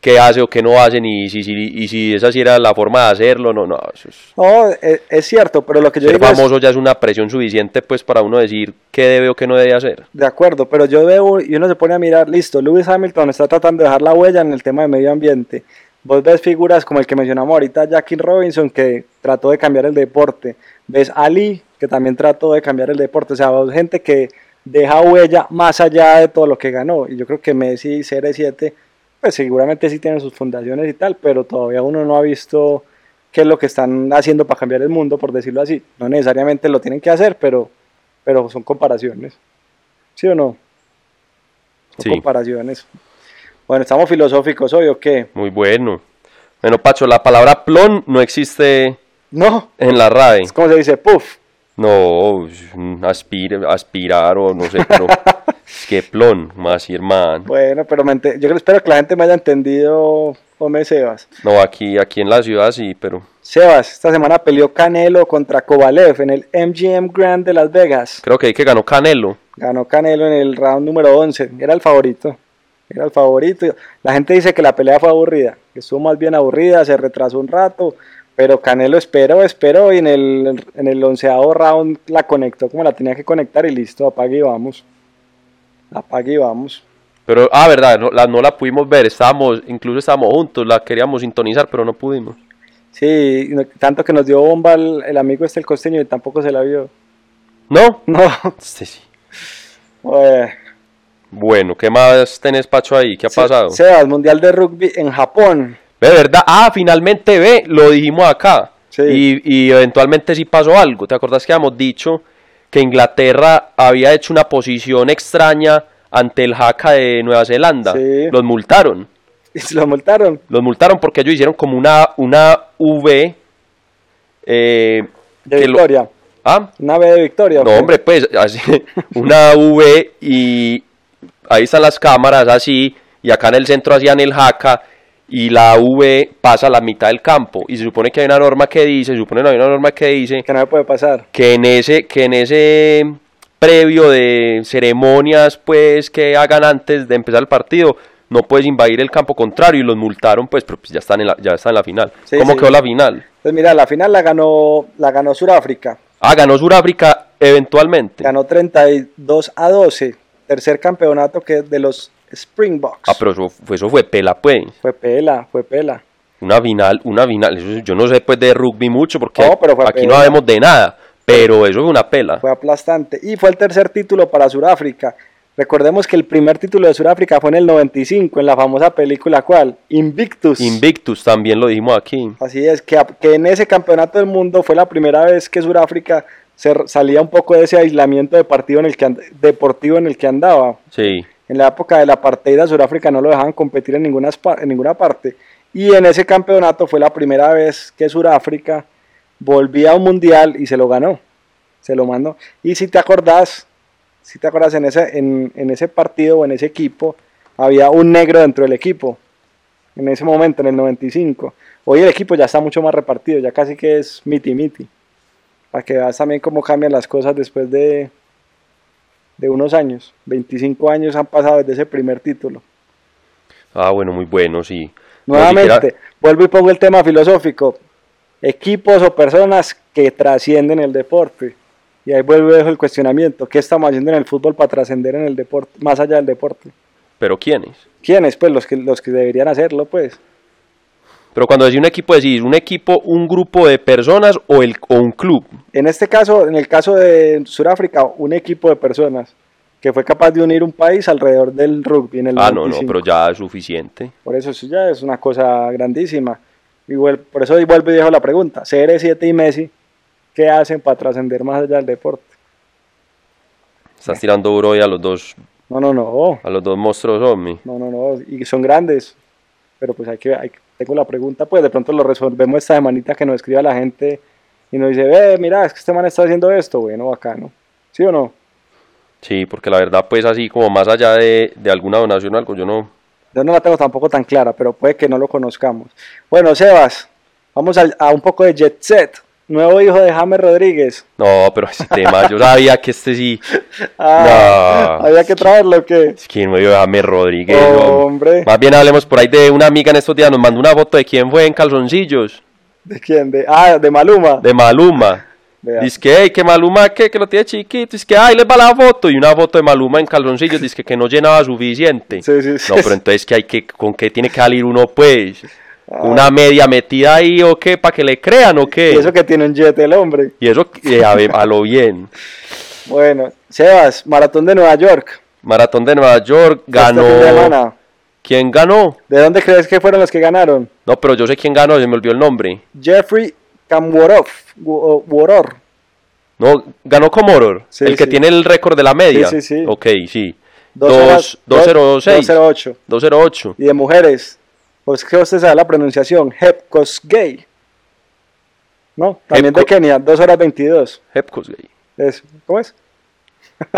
qué hace o qué no hacen y si, si- y si esa sí era la forma de hacerlo, no, no, eso es- No, es, es cierto, pero lo que yo ser digo es- famoso ya es una presión suficiente pues para uno decir qué debe o qué no debe hacer. De acuerdo, pero yo veo y uno se pone a mirar, listo, Lewis Hamilton está tratando de dejar la huella en el tema de medio ambiente. Vos ves figuras como el que mencionamos ahorita, Jackie Robinson, que trató de cambiar el deporte. Ves Ali, que también trató de cambiar el deporte. O sea, vos gente que deja huella más allá de todo lo que ganó. Y yo creo que Messi y CR7, pues seguramente sí tienen sus fundaciones y tal, pero todavía uno no ha visto qué es lo que están haciendo para cambiar el mundo, por decirlo así. No necesariamente lo tienen que hacer, pero, pero son comparaciones. ¿Sí o no? Son Sí. comparaciones. Bueno, estamos filosóficos hoy, ¿o qué? Muy bueno. Bueno, Pacho, la palabra plon no existe No, en la RAE. es como se dice, puff. No, aspir- aspirar o no sé, pero es que plon, más hermano. Bueno, pero me ente- yo espero que la gente me haya entendido, hombre Sebas. No, aquí, aquí en la ciudad sí, pero Sebas, esta semana peleó Canelo contra Kovalev en el MGM Grand de Las Vegas. creo que ahí que ganó Canelo. Ganó Canelo en el round número 11. Era el favorito. Era el favorito. La gente dice que la pelea fue aburrida. Que estuvo más bien aburrida, se retrasó un rato. Pero Canelo esperó, esperó y en el, en el onceavo round la conectó como la tenía que conectar y listo, apague y vamos. Apague y vamos. Pero, ah, verdad, no la, no la pudimos ver, estábamos, incluso estábamos juntos, la queríamos sintonizar, pero no pudimos. Sí, y no- tanto que nos dio bomba el, el amigo este el costeño y tampoco se la vio. [LAUGHS] ¿No? No, Sí, sí. eh, Bueno, ¿qué más tenés, Pacho, ahí? ¿Qué ha pasado? Sebas, Mundial de Rugby en Japón. [LAUGHS] Ve, ¿verdad? Ah, finalmente ve, lo dijimos acá. Sí. Y, y eventualmente sí pasó algo. ¿Te acordás que habíamos dicho que Inglaterra había hecho una posición extraña ante el jaca de Nueva Zelanda? Sí. Los multaron. Y se lo multaron. Los multaron porque ellos hicieron como una, una V. eh, De que lo- victoria. ¿Ah? Una vez de victoria. ¿o No, qué? hombre, pues [LAUGHS] así, una V y ahí están las cámaras así, y acá en el centro hacían el jaca, y la V pasa a la mitad del campo, y se supone que hay una norma que dice, se supone que hay una norma que dice Que no me puede pasar. que en ese, que en ese previo de ceremonias pues que hagan antes de empezar el partido, no puedes invadir el campo contrario y los multaron pues, pero pues, ya están en la, ya están en la final. Sí, ¿Cómo sí. quedó la final? Pues mira, la final la ganó, la ganó Suráfrica. Ah, ganó Suráfrica eventualmente. Ganó 32 a 12. Tercer campeonato que es de los Springboks. Ah, pero eso, fue- eso fue pela, pues. Fue pela, fue pela. Una final, una final. eso es- yo no sé pues de rugby mucho porque No, pero fue aquí no pela. sabemos de nada. Pero eso es una pela. Fue aplastante. Y fue el tercer título para Suráfrica. Recordemos que el primer título de Suráfrica fue en el 95, en la famosa película cual, Invictus. Invictus también lo dijimos aquí. Así es, que, que en ese campeonato del mundo fue la primera vez que Suráfrica se r- salía un poco de ese aislamiento de partido en el que and- deportivo en el que andaba. Sí. En la época de la apartheid a Sudáfrica no lo dejaban competir en ninguna, espa- en ninguna parte. Y en ese campeonato fue la primera vez que Sudáfrica volvía a un mundial y se lo ganó. Se lo mandó. Y si te acordás, si te acordás en ese, en, en ese partido o en ese equipo, había un negro dentro del equipo. en ese momento, en el 95. Hoy el equipo ya está mucho más repartido, ya casi que es miti-miti. Para que veas también cómo cambian las cosas después de, de unos años. 25 años han pasado desde ese primer título. Ah, bueno, muy bueno, sí. Como Nuevamente, siquiera- vuelvo y pongo el tema filosófico. Equipos o personas que trascienden el deporte. Y ahí vuelve dejo el cuestionamiento. ¿Qué estamos haciendo en el fútbol para trascender en el deporte, más allá del deporte? Pero ¿quiénes? ¿Quiénes? Pues los que, los que deberían hacerlo, pues. Pero cuando decís un equipo, decís un equipo, un grupo de personas o, el, o un club. En este caso, en el caso de Sudáfrica, un equipo de personas que fue capaz de unir un país alrededor del rugby en el Ah, no, no, 95. pero ya es suficiente. Por eso eso ya es una cosa grandísima. Y vuel- por eso vuelvo y dejo la pregunta. CR7 y Messi, ¿qué hacen para trascender más allá del deporte? Estás tirando duro hoy a los dos, No, no, no. a los dos monstruos zombies. No, no, no. Y son grandes. Pero pues hay que, hay- tengo la pregunta, pues de pronto lo resolvemos esta semanita que nos escriba la gente y nos dice, ve, mira, es que este man está haciendo esto, bueno, bacano. ¿Sí o no? Sí, porque la verdad, pues así como más allá de, de alguna donación o algo, yo no. Yo no la tengo tampoco tan clara, pero puede que no lo conozcamos. Bueno, Sebas, vamos al- a, un poco de Jet Set. Nuevo hijo de James Rodríguez. No, pero ese [LAUGHS] tema, yo sabía que este sí. Ah, No. Había que traerlo, que Es que no iba a James Rodríguez. no. Hombre, Más bien hablemos por ahí de una amiga en estos días, nos mandó una foto de quién fue en calzoncillos, ¿de quién? De, ah, de Maluma. de Maluma. Vea. Dice que, "Ey, que Maluma, que, que lo tiene chiquito. Dice que, ay, le va la foto. Y una foto de Maluma en calzoncillos. Dice que, que no llenaba suficiente. Sí, sí, sí. No, pero entonces, que hay que, ¿con qué tiene que salir uno, pues? [LAUGHS] Ah. ¿Una media metida ahí o qué? ¿Para que le crean o qué? Y eso que tiene un jet el hombre. eh, a, ver, a lo bien. Bueno, Sebas, maratón de Nueva York. Maratón de Nueva York Esta ganó. fin de semana. ¿Quién ganó? ¿De dónde crees que fueron los que ganaron? No, pero yo sé quién ganó, se me olvidó el nombre. Jeffrey Kamworov. Wo- Woror. No, ganó Comoror, Sí, el que sí. tiene el récord de la media. Sí, sí, sí. Ok, sí. Dos horas- 206. 208. 208. y de mujeres. Pues que usted sabe la pronunciación, Hepcosgei. No, también de Hepco- Kenia, 2 horas 22. Hepcos gay. Es, ¿Cómo es?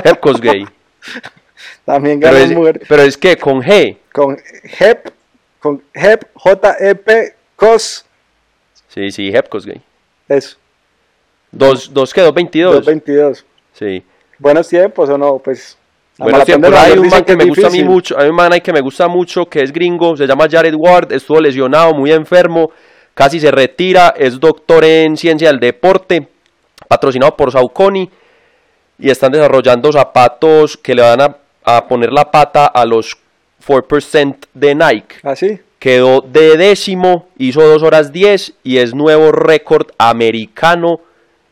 Hepcos gay. También [LAUGHS] pero, ganan es, mujeres. pero es que con G. Con Hep, con Hep, J-E-P, Cos, Sí, sí, Hepcos gay. eso, Dos, dos quedó 22. 222. Sí. Buenos tiempos o no, pues. la Bueno, maratón de siempre Nueva hay York un dicen man que es me gusta a mí difícil. mucho, hay un man ahí que me gusta mucho, que es gringo, se llama Jared Ward, estuvo lesionado, muy enfermo, casi se retira, es doctor en ciencia del deporte, patrocinado por Saucony, y están desarrollando zapatos que le van a, a poner la pata a los 4% de Nike. ¿Ah, sí? Quedó de décimo, hizo 2 horas 10 y es nuevo récord americano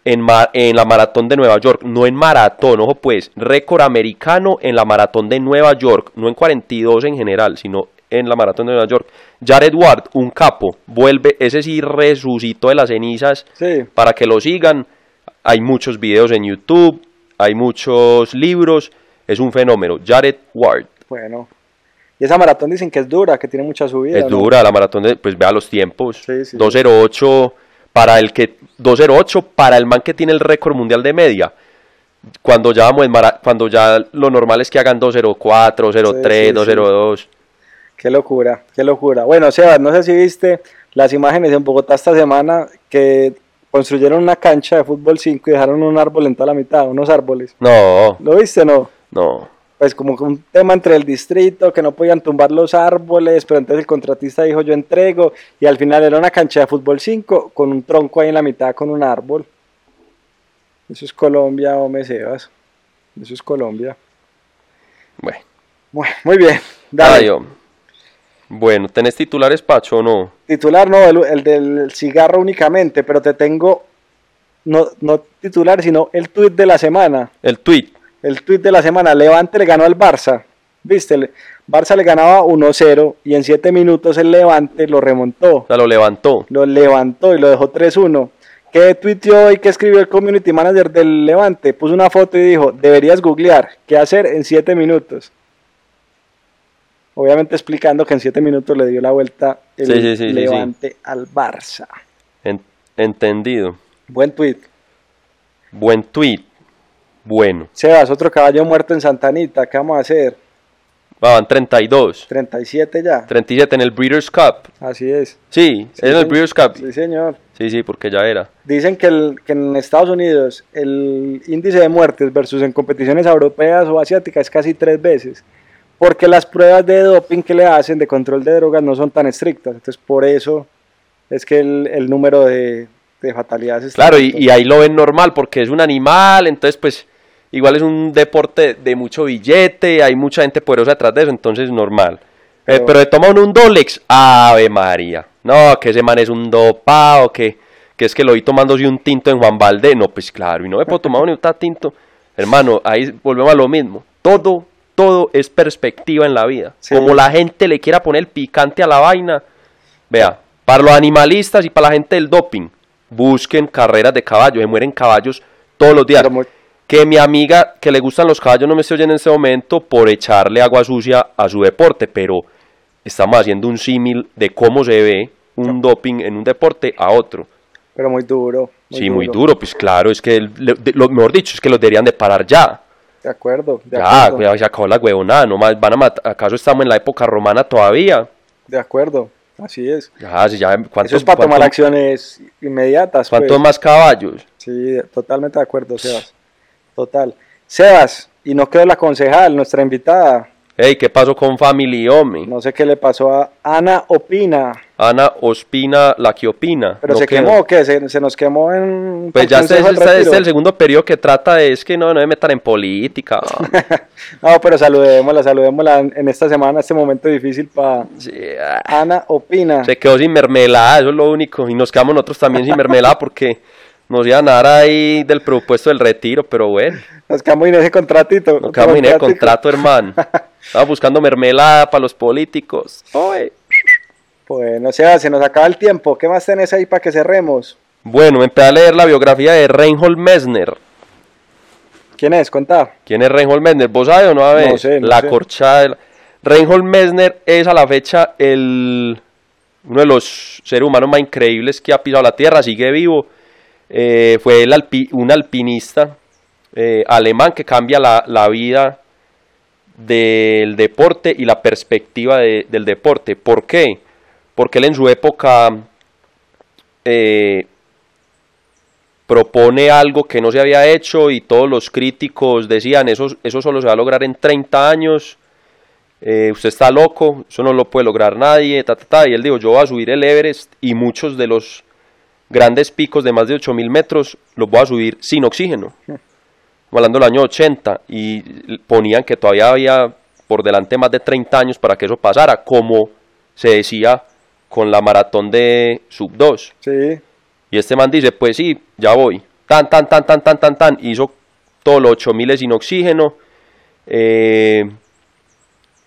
en, ma- en la maratón de Nueva York. No en maratón, ojo pues, récord americano en la maratón de Nueva York. No en 42 en general, sino en la maratón de Nueva York. Jared Ward, un capo, vuelve, ese sí resucitó de las cenizas Sí. para que lo sigan. Hay muchos videos en YouTube, hay muchos libros, es un fenómeno. Jared Ward. Bueno. Y esa maratón dicen que es dura, que tiene mucha subida. Es ¿no? dura la maratón, de- pues vea los tiempos. Sí, sí. 208 para el que 208 para el man que tiene el récord mundial de media. Cuando ya vamos en mara- cuando ya lo normal es que hagan 204, 03, Sí, sí, 202. Qué locura, qué locura. Bueno, Sebas, no sé si viste las imágenes en Bogotá esta semana que construyeron una cancha de fútbol 5 y dejaron un árbol en toda la mitad, unos árboles. No, ¿Lo viste o no? no. Pues como que un tema entre el distrito, que no podían tumbar los árboles, pero entonces el contratista dijo yo entrego y al final era una cancha de fútbol 5 con un tronco ahí en la mitad con un árbol. Eso es Colombia, hombre Sebas. Eso es Colombia. Bueno. Muy, muy bien. Dale. Ay, hombre. Bueno, ¿tenés titulares Pacho o no? Titular no, el, el del cigarro únicamente, pero te tengo no, no titular, sino el tuit de la semana. El tweet. El tuit de la semana, Levante le ganó al Barça. Viste, el Barça le ganaba 1-0 y en 7 minutos el Levante lo remontó, O sea, lo levantó. lo levantó y lo dejó 3-1. ¿Qué tuiteó y qué escribió el community manager del Levante? Puso una foto y dijo, deberías googlear, ¿qué hacer en 7 minutos? Obviamente explicando que en 7 minutos le dio la vuelta el Sí, sí, sí, sí, sí. Levante al Barça. En- entendido. Buen tweet. Buen tweet. Bueno. Sebas, otro caballo muerto en Santanita, ¿qué vamos a hacer? Va, van 32. 37 ya. 37 en el Breeders' Cup. Así es. Sí, Sí, en el señor. Breeders' Cup. Sí, señor. Sí, sí, porque ya era. Dicen que, el- que en Estados Unidos el índice de muertes versus en competiciones europeas o asiáticas es casi tres veces, porque las pruebas de doping que le hacen de control de drogas no son tan estrictas. Entonces, por eso es que el, el número de, de fatalidades está Claro, y, alto. y ahí lo ven normal porque es un animal, entonces pues igual es un deporte de mucho billete, hay mucha gente poderosa detrás de eso, entonces normal. Eh, Pero- pero le toman un Dolex, Ave María. No, que ese man es un dopado, que, que es que lo vi tomándose un tinto en Juan Valdez. No, pues claro, y no me puedo tomar un tinto. Hermano, ahí volvemos a lo mismo. Todo, todo es perspectiva en la vida. Sí. Como la gente le quiera poner picante a la vaina, Vea, para los animalistas y para la gente del doping, busquen carreras de caballos, se mueren caballos todos los días. Pero mu- Que mi amiga que le gustan los caballos no me esté oyendo en este momento por echarle agua sucia a su deporte, pero estamos haciendo un símil de cómo se ve un doping en un deporte a otro. pero muy duro. sí, muy duro, pues claro, es que el- le- de- lo mejor dicho es que los deberían de parar ya. De acuerdo, de Ya, acuerdo. ya se acabó la huevonada, no más van a matar, ¿acaso estamos en la época romana todavía? De acuerdo, así es. Ya, si ya, ¿cuántos, Eso es para tomar cuántos- acciones inmediatas. cuántos pues. más caballos? Sí, totalmente de acuerdo, Sebas. Total. Sebas, y no quedó la concejal, nuestra invitada. Hey, ¿qué pasó con Family Home? No sé qué le pasó a Ana Opina, Ana Ospina, la que opina. pero no se queda. quemó o qué, se, se nos quemó en... Pues ya en este es, Consejo del este- este es el Retiro. segundo periodo que trata de es que no, no me metan [LAUGHS] en política. Ah, No, pero saludémosla, saludémosla en en esta semana, este momento difícil para Sí, ah. Ana Opina. Se quedó sin mermelada, eso es lo único. Y nos quedamos nosotros también sin mermelada porque nos iban a dar ahí del propuesto del retiro, pero bueno, Nos quedamos en ese contratito. nos quedamos sin el contratico. [LAUGHS] contrato, hermano. Estaba buscando mermelada para los políticos. Oye. Bueno, Sebas, se nos acaba el tiempo. ¿Qué más tenés ahí para que cerremos? Bueno, empecé a leer la biografía de Reinhold Messner. ¿Quién es? Contá. ¿Quién es Reinhold Messner? ¿Vos sabés o no sabés? No sé, no la sé. corchada. de la- Reinhold Messner es a la fecha el... uno de los seres humanos más increíbles que ha pisado la Tierra, sigue vivo. Eh, fue el alpi- un alpinista eh, alemán que cambia la, la vida del deporte y la perspectiva de- del deporte. ¿Por qué? Porque él en su época eh, propone algo que no se había hecho y todos los críticos decían, eso, eso solo se va a lograr en 30 años, eh, usted está loco, eso no lo puede lograr nadie, ta, ta, ta. y él dijo, yo voy a subir el Everest y muchos de los grandes picos de más de 8.000 metros los voy a subir sin oxígeno. Estamos hablando del año 80 y ponían que todavía había por delante más de 30 años para que eso pasara, como se decía con la maratón de sub 2. Sí, Y este man dice, pues sí, ya voy. Tan, tan, tan, tan, tan, tan, tan. Hizo todos los 8000 sin oxígeno. Eh,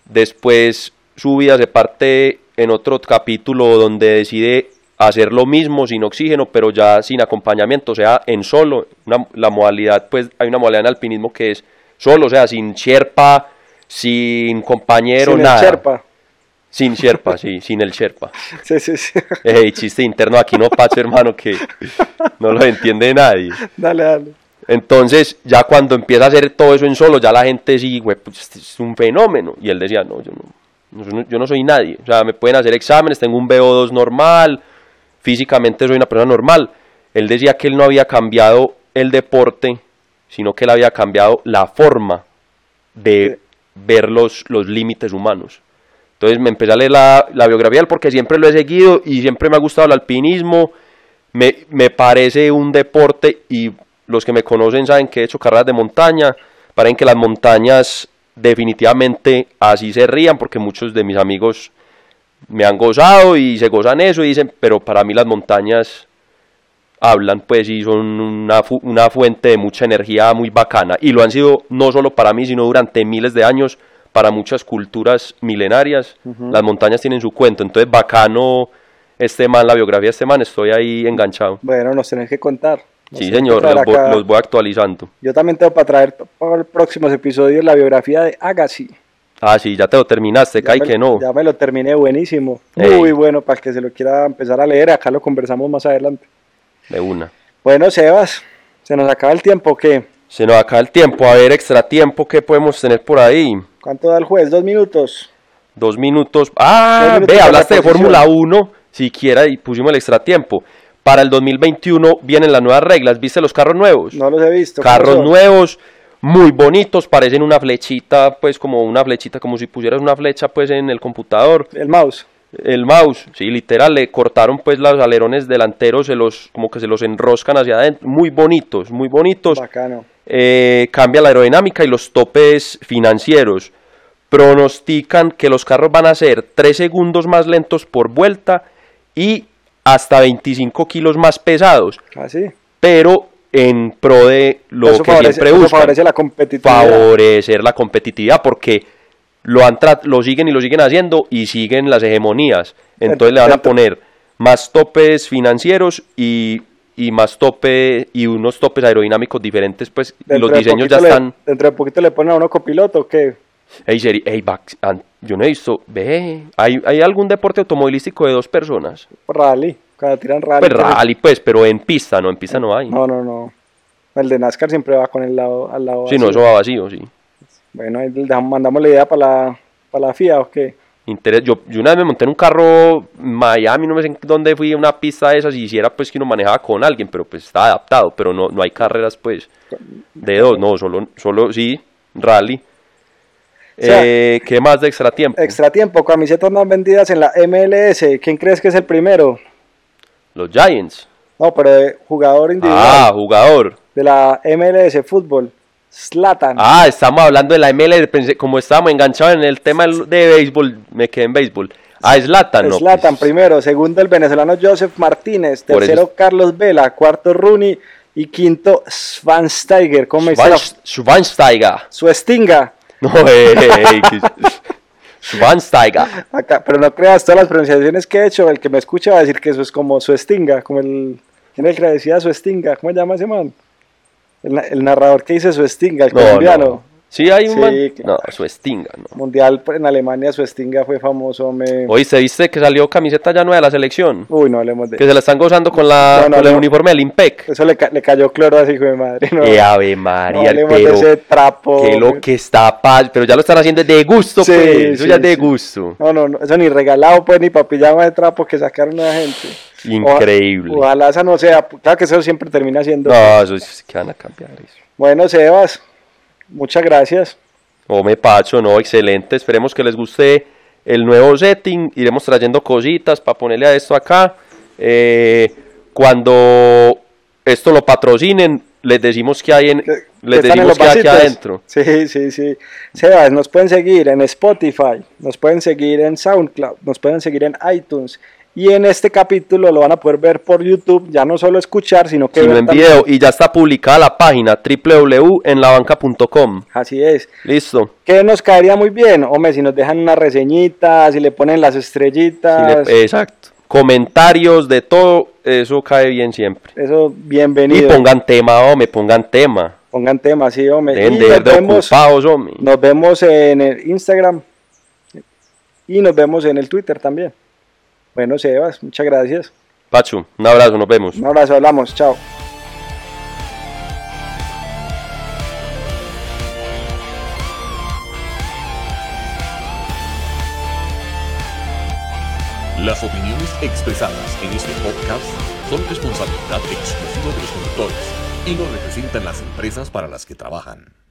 después su vida se parte en otro capítulo donde decide hacer lo mismo sin oxígeno, pero ya sin acompañamiento, o sea, en solo. Una- la modalidad, pues hay una modalidad en alpinismo que es solo, o sea, sin sherpa, sin compañero, sin el nada. Sherpa. Sin sherpa, sí, sin el sherpa. Sí, sí, sí. [LAUGHS] Ey, chiste interno aquí no pacho, hermano, que no lo entiende nadie. dale, dale. Entonces, ya cuando empieza a hacer todo eso en solo, ya la gente sí, güey, pues, este es un fenómeno. Y él decía, no, yo no, yo no- yo no soy nadie. O sea, me pueden hacer exámenes, tengo un BO2 normal, físicamente soy una persona normal. Él decía que él no había cambiado el deporte, sino que él había cambiado la forma de ver los, los límites humanos. Entonces me empecé a leer la, la biografía de él porque siempre lo he seguido y siempre me ha gustado el alpinismo. Me, me parece un deporte y los que me conocen saben que he hecho carreras de montaña. Paren que las montañas definitivamente así se rían porque muchos de mis amigos me han gozado y se gozan eso y dicen, pero para mí las montañas hablan pues y son una, fu- una fuente de mucha energía muy bacana y lo han sido no solo para mí sino durante miles de años para muchas culturas milenarias las montañas tienen su cuento entonces bacano este man la biografía de este man estoy ahí enganchado Bueno, nos tenés que contar. Nos sí tenés que señor los, traer vo- acá. los voy actualizando Yo también tengo para traer para los próximos episodios la biografía de Agassi. ah sí ya te lo terminaste Ya Kai me- que no Ya me lo terminé buenísimo. Ey. Muy bueno para el que se lo quiera empezar a leer. Acá lo conversamos más adelante. de una Bueno, Sebas, se nos acaba el tiempo que se nos acaba el tiempo a ver extra tiempo que podemos tener por ahí ¿Cuánto da el juez? Dos minutos. Dos minutos. Ah, Dos minutos ve, para hablaste la de posición. Fórmula 1, siquiera y pusimos el extra tiempo. Para el 2021 vienen las nuevas reglas, ¿viste los carros nuevos? No los he visto. ¿Cómo carros son? nuevos, muy bonitos, parecen una flechita, pues como una flechita, como si pusieras una flecha pues en el computador. El mouse. El mouse, sí, literal, le cortaron pues los alerones delanteros, se los, como que se los enroscan hacia adentro, muy bonitos, muy bonitos. Bacano. Eh, cambia la aerodinámica y los topes financieros. Pronostican que los carros van a ser 3 segundos más lentos por vuelta y hasta 25 kilos más pesados, Así. pero en pro de lo Ah, Eso que favorece- siempre eso buscan, favorece la competitividad. favorecer la competitividad, porque lo, han tra- lo siguen y lo siguen haciendo y siguen las hegemonías. Entonces le van a Ento- poner más topes financieros y, y más tope y unos topes aerodinámicos diferentes, pues y los de diseños ya poquito le- están. dentro de poquito le ponen a uno copiloto, ¿qué? Ey, seri- ey, Bax- an- yo no he visto, ve, ¿hay, hay algún deporte automovilístico de dos personas? Rally. Cuando tiran rally. Pues que se- rally, pues, pero en pista, no, en pista no hay. No, no, no. El de NASCAR siempre va con el lado al lado. sí, no, vacío. eso va vacío, sí. Bueno, ahí le dejamos- mandamos la idea para la, para la FIA o qué. Interes- Yo, yo una vez me monté en un carro Miami, no me sé en dónde fui, a una pista de esas, y hiciera pues que uno manejaba con alguien, pero pues está adaptado, pero no, no hay carreras pues de dos, no, solo, solo sí, rally. O sea, Eh, ¿Qué más de extra tiempo? Extra tiempo, camisetas más vendidas en la MLS. ¿Quién crees que es el primero? Los Giants. No, pero de jugador individual Ah, jugador. de la MLS Fútbol. Slatan. Ah, estamos hablando de la ML, pensé- como estábamos enganchados en el tema del- de béisbol, me quedé en béisbol. Ah, Zlatan, no. Slatan pues, primero, segundo el venezolano Joseph Martínez, Por eso- tercero Carlos Vela, cuarto Rooney y quinto Schwansteiger. ¿Cómo dice la- Schwan- Schwansteiger. Su Stinga. [LAUGHS] No, eh, eh, que- Schwansteiger. Acá, pero no creas todas las pronunciaciones que he hecho. El que me escucha va a decir que eso es como su estinga, como el. ¿Quién es el que decía su estinga? ¿Cómo se llama ese man? El, na- el narrador que dice su [LAUGHS] estinga, el No, colombiano. no. Sí, hay un Sí, man- claro. No, su estinga, no. Mundial pues, en Alemania, su estinga fue famoso. me- Oye, ¿se viste que salió camiseta ya nueva de la selección? Uy, no hablemos de Que se la están gozando con, la, No, no, con el no. uniforme del IMPEC. eso. le, ca- le cayó cloro así, hijo de madre. No, ¡Eh, ave no María, hablemos de pero ese trapo. qué lo que está pa- Pero ya lo están haciendo de gusto, Sí, pues. Eso sí, ya es de sí. gusto. No, no, no, eso ni regalado, pues, ni pa' pijama de trapo que sacaron a la gente. Oja- Increíble. Ojalá esa no sea. Claro que eso siempre termina siendo. No, eso es que van a cambiar eso. Bueno, Sebas, muchas gracias. Hombre, Pacho, no, excelente. Esperemos que les guste el nuevo setting. Iremos trayendo cositas para ponerle a esto acá. Eh, cuando esto lo patrocinen, les decimos que hay en, que- les que están en decimos los que hay aquí vasitos. adentro. Sí, sí, sí. Sebas, nos pueden seguir en Spotify, nos pueden seguir en SoundCloud, nos pueden seguir en iTunes. Y en este capítulo lo van a poder ver por YouTube, ya no solo escuchar, sino que Sino ver en también. video. Y ya está publicada la página www.enlabanca.com. Así es. Listo. Que nos caería muy bien, hombre, si nos dejan una reseñita, si le ponen las estrellitas, Sí, le- eh, exacto. Comentarios de todo, eso cae bien siempre. eso Y bienvenido. Pongan, pongan tema, hombre, pongan tema. temas, sí, hombre. Dejen Y de, nos de vemos- ocupados, hombre. Nos vemos en el Instagram y nos vemos en el Twitter también. Bueno, Sebas, muchas gracias. Pacho, un abrazo, nos vemos. Un abrazo, hablamos, chao. Las opiniones expresadas en este podcast son responsabilidad exclusiva de los conductores y no representan las empresas para las que trabajan.